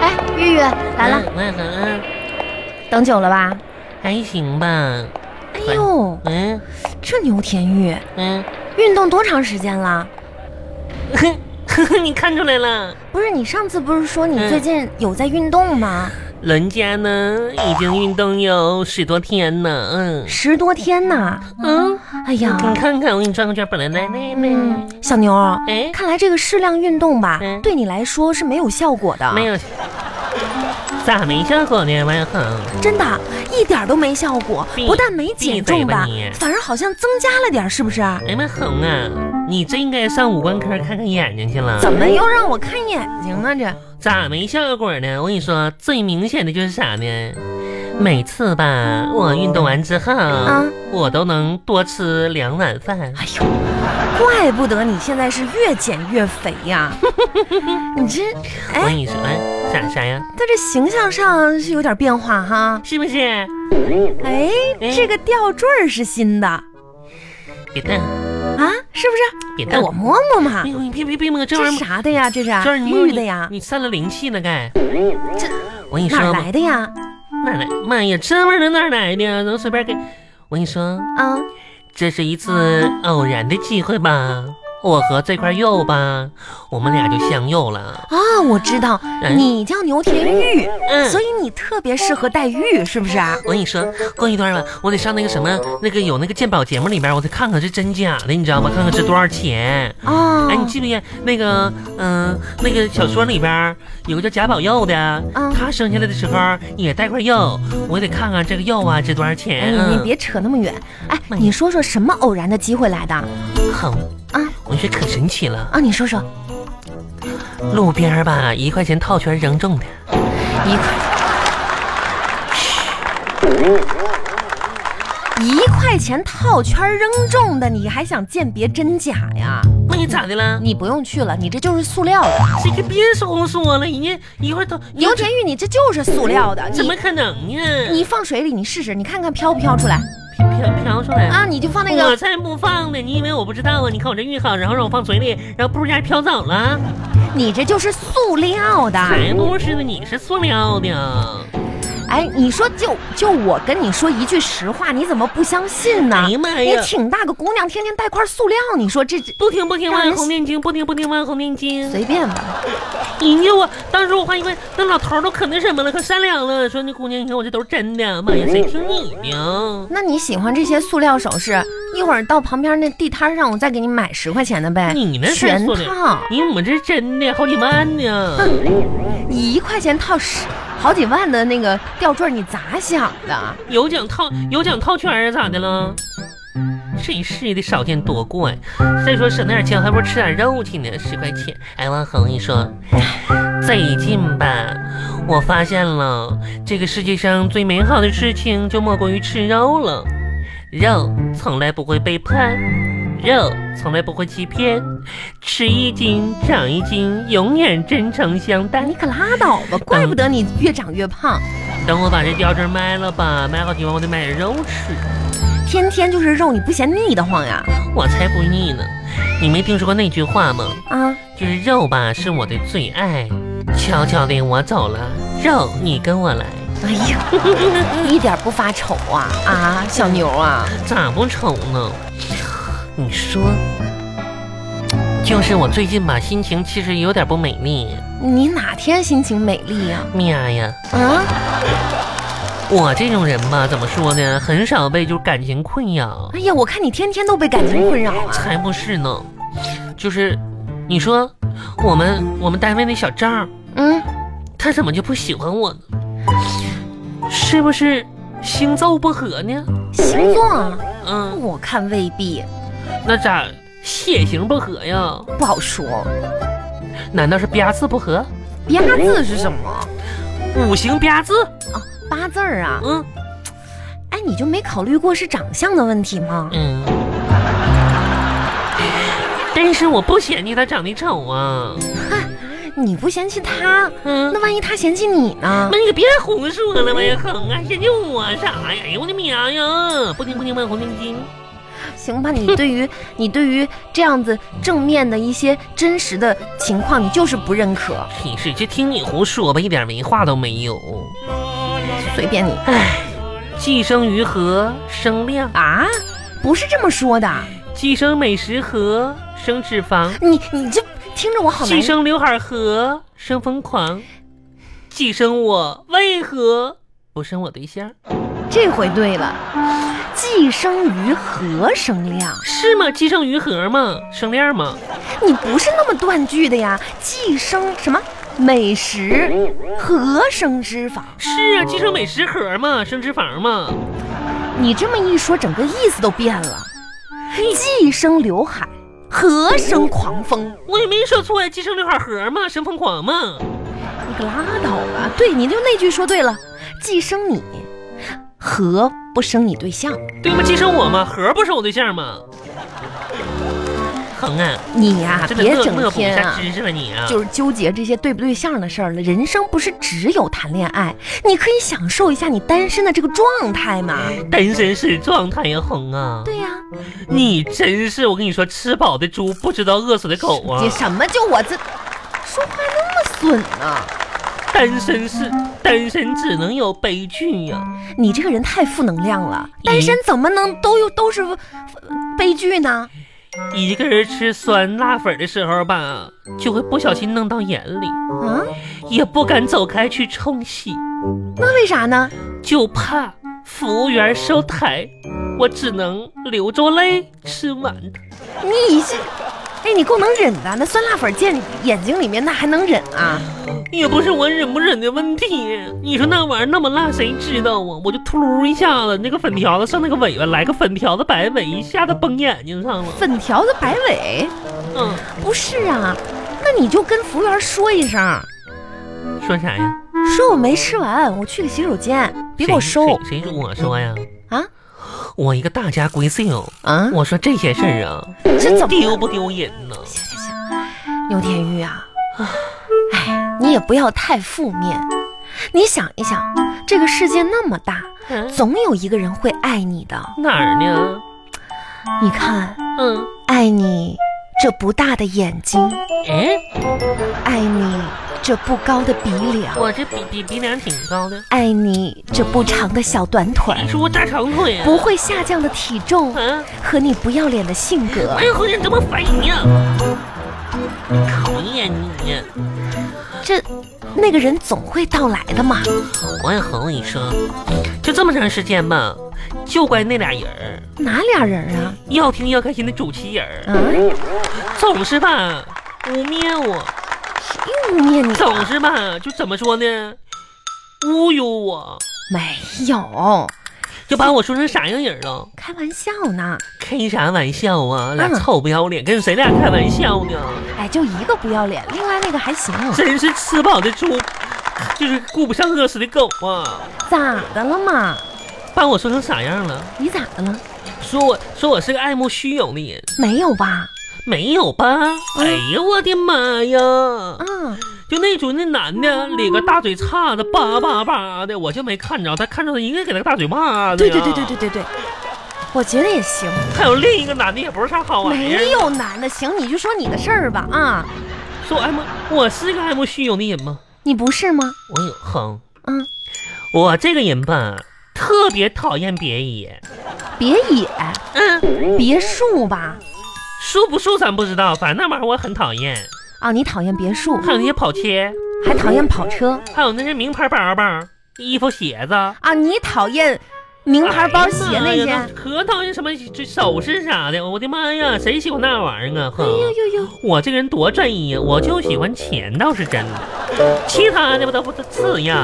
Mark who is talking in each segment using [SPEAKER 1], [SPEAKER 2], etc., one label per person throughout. [SPEAKER 1] 哎完了，
[SPEAKER 2] 完了，
[SPEAKER 1] 等久了吧？
[SPEAKER 2] 嗯还行吧。
[SPEAKER 1] 哎呦，
[SPEAKER 2] 嗯
[SPEAKER 1] 这牛田玉
[SPEAKER 2] 嗯，
[SPEAKER 1] 运动多长时间了？
[SPEAKER 2] 你看出来了，
[SPEAKER 1] 不是你上次不是说你
[SPEAKER 2] 嗯
[SPEAKER 1] 最近有在运动吗？
[SPEAKER 2] 人家呢已经运动有十多天了。嗯
[SPEAKER 1] 十多天呢。
[SPEAKER 2] 嗯，
[SPEAKER 1] 哎呀，
[SPEAKER 2] 你看看，我给你转个圈，本来来来来
[SPEAKER 1] 嗯，，小牛，
[SPEAKER 2] 哎，
[SPEAKER 1] 看来这个适量运动吧，
[SPEAKER 2] 嗯
[SPEAKER 1] 对你来说是没有效果的，
[SPEAKER 2] 没有，咋没效果呢？万恒，
[SPEAKER 1] 真的，一点都没效果。
[SPEAKER 2] 闭
[SPEAKER 1] 不但没减重吧
[SPEAKER 2] 闭嘴吧你，
[SPEAKER 1] 反而好像增加了点儿，是不是？
[SPEAKER 2] 哎万恒啊，你这应该上五官科看看眼睛去了。
[SPEAKER 1] 怎么又让我看眼睛呢？这
[SPEAKER 2] 咋没效果呢？我跟你说，最明显的就是啥呢？每次吧，我运动完之后，
[SPEAKER 1] 啊
[SPEAKER 2] 我都能多吃两碗饭。
[SPEAKER 1] 哎呦，怪不得你现在是越减越肥 呀、你这，
[SPEAKER 2] 我
[SPEAKER 1] 哎，
[SPEAKER 2] 跟你说，哎啥啥呀？
[SPEAKER 1] 他这形象上是有点变化哈。
[SPEAKER 2] 是不是？
[SPEAKER 1] 哎，这个吊坠儿是新的啊，
[SPEAKER 2] 别动，
[SPEAKER 1] 是不
[SPEAKER 2] 别
[SPEAKER 1] 是？哎，我
[SPEAKER 2] 动！
[SPEAKER 1] 摸摸嘛
[SPEAKER 2] 哎，呦，你别别别摸，这
[SPEAKER 1] 这
[SPEAKER 2] 玩
[SPEAKER 1] 是
[SPEAKER 2] 意儿，
[SPEAKER 1] 啥的呀？这是
[SPEAKER 2] 这玩意儿你摸
[SPEAKER 1] 玉的
[SPEAKER 2] 你
[SPEAKER 1] 呀？
[SPEAKER 2] 你散了灵气了该。
[SPEAKER 1] 这
[SPEAKER 2] 我跟你
[SPEAKER 1] 哪
[SPEAKER 2] 说
[SPEAKER 1] 儿
[SPEAKER 2] 吧，
[SPEAKER 1] 来的呀？
[SPEAKER 2] 哪来？妈呀，这味儿能哪儿来的？能随便给？我跟你说，
[SPEAKER 1] 啊，
[SPEAKER 2] 这是一次偶然的机会吧。我和这块肉吧，我们俩就相认了。
[SPEAKER 1] 啊，我知道，
[SPEAKER 2] 嗯
[SPEAKER 1] 你叫牛田玉，
[SPEAKER 2] 嗯
[SPEAKER 1] 所以你特别适合戴玉，是不是啊？
[SPEAKER 2] 我跟你说，过一段吧，我得上那个什么，那个有那个鉴宝节目里边，我得看看是真假的，你知道吗？看看值多少钱。
[SPEAKER 1] 哦
[SPEAKER 2] 哎，，你记不记得那个，嗯、那个小说里边有个叫贾宝佑的，
[SPEAKER 1] 嗯
[SPEAKER 2] 他生下来的时候也带块肉，我得看看这个肉啊值多少
[SPEAKER 1] 哎，
[SPEAKER 2] 钱。
[SPEAKER 1] 你
[SPEAKER 2] 嗯
[SPEAKER 1] 别扯那么远，哎，
[SPEAKER 2] 妈呀
[SPEAKER 1] 你说说什么偶然的机会来的啊？
[SPEAKER 2] 好，我觉得可神奇了，
[SPEAKER 1] 啊，你说说，
[SPEAKER 2] 路边儿吧一块钱套圈扔中的，
[SPEAKER 1] 一块一块钱套圈扔中的，你还想鉴别真假呀？
[SPEAKER 2] 那你咋的了？
[SPEAKER 1] 你不用去了，你这就是塑料的。
[SPEAKER 2] 这个别胡说了，人家一会儿都
[SPEAKER 1] 牛田玉，你这就是塑料的，
[SPEAKER 2] 怎么
[SPEAKER 1] 你
[SPEAKER 2] 可能啊呢？
[SPEAKER 1] 你放水里，你试试，你看看飘不飘出来
[SPEAKER 2] 飘飘出来了
[SPEAKER 1] 啊？你就放那
[SPEAKER 2] 我
[SPEAKER 1] 个，
[SPEAKER 2] 才不放呢！你以为我不知道啊？你看我这玉好，然后让我放嘴里，然后噗一下飘走了，
[SPEAKER 1] 你这就是塑料的。
[SPEAKER 2] 才不是呢！你是塑料的。
[SPEAKER 1] 哎，你说就就我跟你说一句实话，你怎么不相信呢？
[SPEAKER 2] 哎呀妈
[SPEAKER 1] 你
[SPEAKER 2] 呀！
[SPEAKER 1] 挺大个姑娘，天天带块塑料，你说这这
[SPEAKER 2] 不听不听
[SPEAKER 1] 让
[SPEAKER 2] 万
[SPEAKER 1] 人
[SPEAKER 2] 红念经，不听不听万红念经。
[SPEAKER 1] 随便吧？
[SPEAKER 2] 人家我当时我怀疑问，那老头儿都可那什么了，可善良了，说那姑娘，你看我这都是真的。妈呀，谁听你的呀？
[SPEAKER 1] 那你喜欢这些塑料首饰，一会儿到旁边那地摊上，我再给你买十块钱的呗。
[SPEAKER 2] 你那才
[SPEAKER 1] 哎全
[SPEAKER 2] 塑料
[SPEAKER 1] 套
[SPEAKER 2] 你我这是真的，好几万呢。
[SPEAKER 1] 一块钱套十好几万的那个吊坠，你咋想的？
[SPEAKER 2] 有奖套有奖套圈儿咋的了？真是的，少见多怪。再说省那点钱，还不如吃点肉去呢，十块钱。哎，王恒，我跟你说，最近吧，我发现了这个世界上最美好的事情就莫过于吃肉了。肉从来不会背叛，肉从来不会欺骗，吃一斤长一斤，永远真诚相待
[SPEAKER 1] 哎你。可拉倒吧，怪不得你越长越胖，
[SPEAKER 2] 等我把这吊坠卖了吧，卖好几万，我得买点肉吃。
[SPEAKER 1] 天天就是肉，你不嫌腻得慌呀？
[SPEAKER 2] 我才不腻呢！你没听说过那句话吗？
[SPEAKER 1] 啊，
[SPEAKER 2] 就是肉吧是我的最爱，悄悄的我走了，肉你跟我来，
[SPEAKER 1] 哎呀，一点不发愁啊啊，小牛啊！
[SPEAKER 2] 咋不丑呢？你说，就是我最近吧，心情其实有点不美丽。
[SPEAKER 1] 你哪天心情美丽呀、
[SPEAKER 2] 喵呀，
[SPEAKER 1] 啊？
[SPEAKER 2] 我这种人吧，怎么说呢，很少被就是感情困扰，
[SPEAKER 1] 哎呀，我看你天天都被感情困扰啊！
[SPEAKER 2] 才不是呢。就是，你说，我们我们单位那小赵，
[SPEAKER 1] 嗯，
[SPEAKER 2] 他怎么就不喜欢我呢？是不是星座不合呢？
[SPEAKER 1] 星座啊
[SPEAKER 2] 嗯，
[SPEAKER 1] 我看未必，
[SPEAKER 2] 那咋血型不合呀？
[SPEAKER 1] 不好说。
[SPEAKER 2] 难道是八字不合？
[SPEAKER 1] 八字是什么？
[SPEAKER 2] 五行八字？
[SPEAKER 1] 啊，八字儿啊！
[SPEAKER 2] 嗯
[SPEAKER 1] 哎，你就没考虑过是长相的问题吗？
[SPEAKER 2] 嗯。但是我不嫌弃他长得丑啊。
[SPEAKER 1] 你不嫌弃他，
[SPEAKER 2] 嗯
[SPEAKER 1] 那，万一他嫌弃你呢
[SPEAKER 2] 那？你可别胡说了，王呀恒啊，嫌弃我啥呀？哎呦我的妈呀！不听不听，万红听金。
[SPEAKER 1] 行吧，你对于你对于这样子正面的一些真实的情况，你就是不认可，
[SPEAKER 2] 真是，就听你胡说吧，一点文化都没有。
[SPEAKER 1] 随便你
[SPEAKER 2] 既生瑜何生亮，
[SPEAKER 1] 啊，不是这么说的，
[SPEAKER 2] 既生美食何生脂肪，
[SPEAKER 1] 你你这听着我好难
[SPEAKER 2] 既。生刘海何生疯狂，既生我为何不生我对象？
[SPEAKER 1] 这回对了，既生瑜何生亮？
[SPEAKER 2] 是吗？既生瑜何吗？生亮吗？
[SPEAKER 1] 你不是那么断句的呀，既生什么美食何生脂肪？
[SPEAKER 2] 是啊，既生美食何嘛，生脂肪嘛。
[SPEAKER 1] 你这么一说，整个意思都变了。既生刘海，何生狂风？
[SPEAKER 2] 我也没说错呀，既生刘海何嘛，生疯狂嘛。
[SPEAKER 1] 你可拉倒吧！对，你就那句说对了，既生你，何不生你对象？
[SPEAKER 2] 对吗？既生我嘛，何不是我对象嘛？恒啊，
[SPEAKER 1] 你呀、
[SPEAKER 2] 真的
[SPEAKER 1] 别
[SPEAKER 2] 恶恶
[SPEAKER 1] 整
[SPEAKER 2] 补一
[SPEAKER 1] 天
[SPEAKER 2] 下
[SPEAKER 1] 啊，
[SPEAKER 2] 知识了你啊！
[SPEAKER 1] 就是纠结这些对不对象的事儿了。人生不是只有谈恋爱，你可以享受一下你单身的这个状态嘛？
[SPEAKER 2] 单身是状态呀，恒啊，
[SPEAKER 1] 对呀、
[SPEAKER 2] 你真是我跟你说，吃饱的猪不知道饿死的狗啊
[SPEAKER 1] 你！什么就我这说话那么损呢、
[SPEAKER 2] 单身是单身，只能有悲剧呀、
[SPEAKER 1] 你这个人太负能量了，
[SPEAKER 2] 咦
[SPEAKER 1] 单身怎么能都有都是呃悲剧呢？
[SPEAKER 2] 一个人吃酸辣粉的时候吧，就会不小心弄到眼里，
[SPEAKER 1] 啊，
[SPEAKER 2] 也不敢走开去冲洗，
[SPEAKER 1] 那为啥呢？
[SPEAKER 2] 就怕服务员收台，我只能流着泪吃完它。
[SPEAKER 1] 你这，哎，你够能忍的，那酸辣粉溅你眼睛里面，那还能忍啊？
[SPEAKER 2] 也不是我忍不忍的问题，你说那玩意儿那么辣，谁知道啊？我就突噜一下子，那个粉条子上那个尾巴来个粉条子白尾，一下子崩眼睛上了。
[SPEAKER 1] 粉条子摆尾，
[SPEAKER 2] 嗯，
[SPEAKER 1] 不是啊？那你就跟服务员说一声，
[SPEAKER 2] 说啥呀？
[SPEAKER 1] 说我没吃完，我去个洗手间，别给我
[SPEAKER 2] 谁
[SPEAKER 1] 收
[SPEAKER 2] 谁谁跟我说呀？
[SPEAKER 1] 啊
[SPEAKER 2] 我一个大家闺秀，
[SPEAKER 1] 啊！
[SPEAKER 2] 我说这些事儿啊，
[SPEAKER 1] 这怎么
[SPEAKER 2] 丢不丢人呢？
[SPEAKER 1] 行行行，牛天玉啊，哎，你也不要太负面。你想一想，这个世界那么大，
[SPEAKER 2] 嗯
[SPEAKER 1] 总有一个人会爱你的。
[SPEAKER 2] 哪儿呢？
[SPEAKER 1] 你看，
[SPEAKER 2] 嗯，
[SPEAKER 1] 爱你这不大的眼睛，
[SPEAKER 2] 哎，
[SPEAKER 1] 爱你这不高的鼻梁，
[SPEAKER 2] 我这鼻鼻鼻梁挺高的，
[SPEAKER 1] 爱你这不长的小短腿儿，
[SPEAKER 2] 你说我大长腿啊？
[SPEAKER 1] 不会下降的体重
[SPEAKER 2] 啊，
[SPEAKER 1] 和你不要脸的性格
[SPEAKER 2] 哎。呀，好像怎么反应呀？讨厌你呀！
[SPEAKER 1] 这，那个人总会到来的嘛。
[SPEAKER 2] 我也和你说，就这么长时间吧，就怪那俩人儿，
[SPEAKER 1] 哪俩人啊？
[SPEAKER 2] 要听要开心的主持人儿，
[SPEAKER 1] 嗯，
[SPEAKER 2] 总是吧污蔑我，
[SPEAKER 1] 谁污蔑你？
[SPEAKER 2] 总是吧就怎么说呢，侮辱我，
[SPEAKER 1] 没有，
[SPEAKER 2] 就把我说成啥样人儿了？
[SPEAKER 1] 开玩笑呢。
[SPEAKER 2] 开啥玩笑啊！俩
[SPEAKER 1] 嗯
[SPEAKER 2] 臭不要脸，跟谁俩开玩笑呢？
[SPEAKER 1] 哎，就一个不要脸，另外那个还行。
[SPEAKER 2] 真是吃饱的猪，就是顾不上饿死的狗啊！
[SPEAKER 1] 咋的了嘛？
[SPEAKER 2] 把我说成啥样了？
[SPEAKER 1] 你咋的了？
[SPEAKER 2] 说我说我是个爱慕虚荣的人，
[SPEAKER 1] 没有吧？
[SPEAKER 2] 没有吧？
[SPEAKER 1] 嗯
[SPEAKER 2] 哎呀，我的妈呀！
[SPEAKER 1] 啊，
[SPEAKER 2] 就那主那男的
[SPEAKER 1] 嗯
[SPEAKER 2] 咧个大嘴叉子，叭叭叭的，我就没看着，他看着他一个给他个大嘴巴子
[SPEAKER 1] 对
[SPEAKER 2] 呀。
[SPEAKER 1] 对对对对对对，我觉得也行。
[SPEAKER 2] 还有另一个男的也不是啥好玩意
[SPEAKER 1] 没
[SPEAKER 2] 儿，啊
[SPEAKER 1] 有男的，行，你就说你的事儿吧啊，
[SPEAKER 2] 说我爱慕，我是个爱慕虚荣的人吗？
[SPEAKER 1] 你不是吗？
[SPEAKER 2] 我有哼。
[SPEAKER 1] 嗯，
[SPEAKER 2] 我这个人吧，特别讨厌别野。
[SPEAKER 1] 别野，
[SPEAKER 2] 嗯，
[SPEAKER 1] 别墅吧？
[SPEAKER 2] 输不输咱不知道，反正那玩意儿我很讨厌。
[SPEAKER 1] 啊，你讨厌别墅，
[SPEAKER 2] 还有那些跑切，
[SPEAKER 1] 还讨厌跑车
[SPEAKER 2] 还有那些名牌包包、衣服、鞋子、
[SPEAKER 1] 啊？你讨厌名牌包、鞋那些？
[SPEAKER 2] 哎呀妈呀可讨厌什么这首饰啥的。我的妈呀，谁喜欢那玩意儿啊？哼
[SPEAKER 1] 哎呦呦呦，
[SPEAKER 2] 我这个人多专一呀，我就喜欢钱倒是真的，其他的不都不都次要。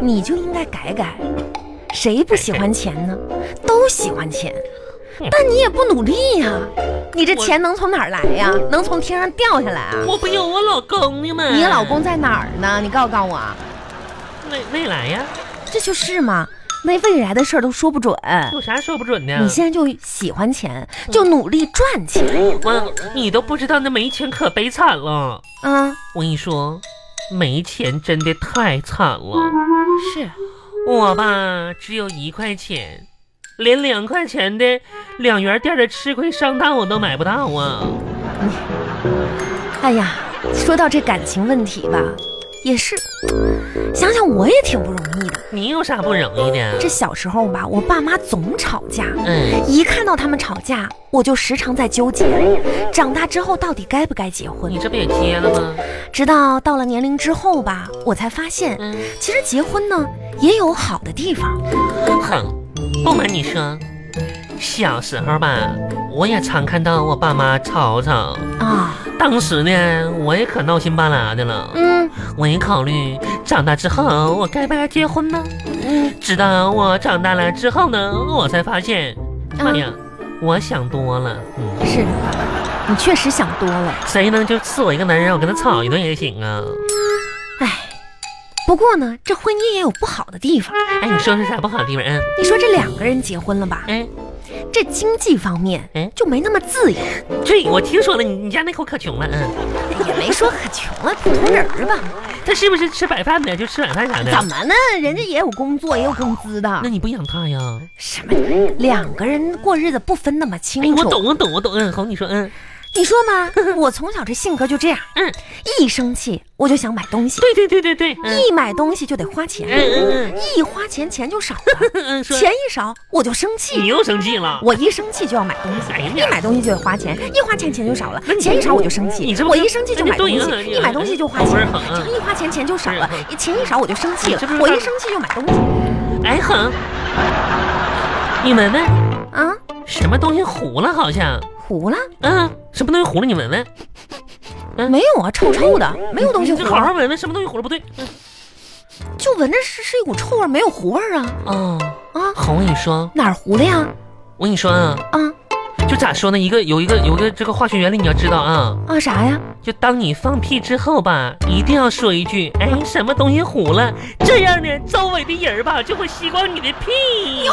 [SPEAKER 1] 你就应该改改，谁不喜欢钱呢？都喜欢钱
[SPEAKER 2] 嗯，
[SPEAKER 1] 但你也不努力呀、你这
[SPEAKER 2] 我
[SPEAKER 1] 钱能从哪儿来呀、能从天上掉下来啊？
[SPEAKER 2] 我不有我老公呢吗？
[SPEAKER 1] 你老公在哪儿呢？你告诉告诉我啊，
[SPEAKER 2] 未未来呀，
[SPEAKER 1] 这就是嘛，那未来的事儿都说不准。
[SPEAKER 2] 有啥说不准的？
[SPEAKER 1] 你现在就喜欢钱，就努力赚钱
[SPEAKER 2] 我你都不知道那没钱可悲惨了。
[SPEAKER 1] 啊！
[SPEAKER 2] 我跟你说，没钱真的太惨了。
[SPEAKER 1] 是，
[SPEAKER 2] 我吧，只有一块钱，连两块钱的两元店的吃亏上当我都买不到啊！
[SPEAKER 1] 哎呀，说到这感情问题吧，也是，想想我也挺不容易的。
[SPEAKER 2] 你有啥不容易的？
[SPEAKER 1] 这小时候吧，我爸妈总吵架，
[SPEAKER 2] 嗯，
[SPEAKER 1] 一看到他们吵架，我就时常在纠结，长大之后到底该不该结婚
[SPEAKER 2] 你？这不也结了吗？
[SPEAKER 1] 直到到了年龄之后吧，我才发现，
[SPEAKER 2] 嗯，
[SPEAKER 1] 其实结婚呢也有好的地方。
[SPEAKER 2] 哼，不瞒你说，小时候吧，我也常看到我爸妈吵吵，
[SPEAKER 1] 啊，
[SPEAKER 2] 当时呢，我也可闹心巴拉的了。
[SPEAKER 1] 嗯
[SPEAKER 2] 我也考虑长大之后我该不该结婚呢？
[SPEAKER 1] 嗯，
[SPEAKER 2] 直到我长大了之后呢，我才发现，哎呀，我想多了。嗯，
[SPEAKER 1] 是，你确实想多了。
[SPEAKER 2] 谁能就赐我一个男人，我跟他吵一顿也行啊？
[SPEAKER 1] 哎，不过呢，这婚姻也有不好的地方。
[SPEAKER 2] 哎，你说是啥不好的地方？嗯，
[SPEAKER 1] 你说这两个人结婚了吧，
[SPEAKER 2] 哎，
[SPEAKER 1] 这经济方面
[SPEAKER 2] 嗯
[SPEAKER 1] 就没那么 自由，
[SPEAKER 2] 对，我听说了，你你家那口可穷了。嗯，
[SPEAKER 1] 也没说可穷了，普通人儿吧。
[SPEAKER 2] 他是不是吃白饭的？就吃晚饭啥的？
[SPEAKER 1] 怎么呢？人家也有工作，也有工资的
[SPEAKER 2] 那。你不养他呀？
[SPEAKER 1] 什么？两个人过日子不分那么
[SPEAKER 2] 哎，
[SPEAKER 1] 清
[SPEAKER 2] 我
[SPEAKER 1] 楚。
[SPEAKER 2] 懂，我懂，我懂。嗯，好，你说，嗯，
[SPEAKER 1] 你说嘛， 我从小这性格就这样。
[SPEAKER 2] 嗯，
[SPEAKER 1] 一生气我就想买东西，
[SPEAKER 2] 对对对对对，嗯
[SPEAKER 1] 一买东西就得花
[SPEAKER 2] 嗯
[SPEAKER 1] 钱，
[SPEAKER 2] 嗯
[SPEAKER 1] 一花钱钱就少了，
[SPEAKER 2] 嗯 嗯，说
[SPEAKER 1] 钱一少我就生
[SPEAKER 2] 你
[SPEAKER 1] 气。
[SPEAKER 2] 又生气了。
[SPEAKER 1] 我一生气就要买东西，
[SPEAKER 2] 哎呀
[SPEAKER 1] 一买东西就得花钱，一花钱钱就少了
[SPEAKER 2] 那，你
[SPEAKER 1] 钱一少我就生气
[SPEAKER 2] 你这，不
[SPEAKER 1] 我
[SPEAKER 2] 是
[SPEAKER 1] 一生气就买东西，一买东西就花
[SPEAKER 2] 不是
[SPEAKER 1] 钱，
[SPEAKER 2] 很
[SPEAKER 1] 这样一花钱钱就少了
[SPEAKER 2] 不是，
[SPEAKER 1] 钱一少我就生气
[SPEAKER 2] 你这不
[SPEAKER 1] 了，
[SPEAKER 2] 是
[SPEAKER 1] 我一
[SPEAKER 2] 大
[SPEAKER 1] 生气就买东西
[SPEAKER 2] 哎哼，你闻闻，
[SPEAKER 1] 啊，
[SPEAKER 2] 什么东西糊了？好像，
[SPEAKER 1] 糊了
[SPEAKER 2] 嗯，什么东西糊了？你闻闻，
[SPEAKER 1] 没有啊？臭臭的，没有东西
[SPEAKER 2] 你
[SPEAKER 1] 糊
[SPEAKER 2] 好好
[SPEAKER 1] 了，
[SPEAKER 2] 闻闻，什么东西糊了？不对，
[SPEAKER 1] 就闻着是是一股臭味，没有糊味儿啊
[SPEAKER 2] 哦，
[SPEAKER 1] 啊，
[SPEAKER 2] 好，我跟你说，
[SPEAKER 1] 哪儿糊了呀？
[SPEAKER 2] 我跟你说啊，
[SPEAKER 1] 啊
[SPEAKER 2] 就咋说呢？一个有一个有一个这个化学原理你要知道啊，
[SPEAKER 1] 啊啥呀？
[SPEAKER 2] 就当你放屁之后吧，一定要说一句，哎，什么东西糊了？这样呢，周围的人儿吧就会吸光你的屁。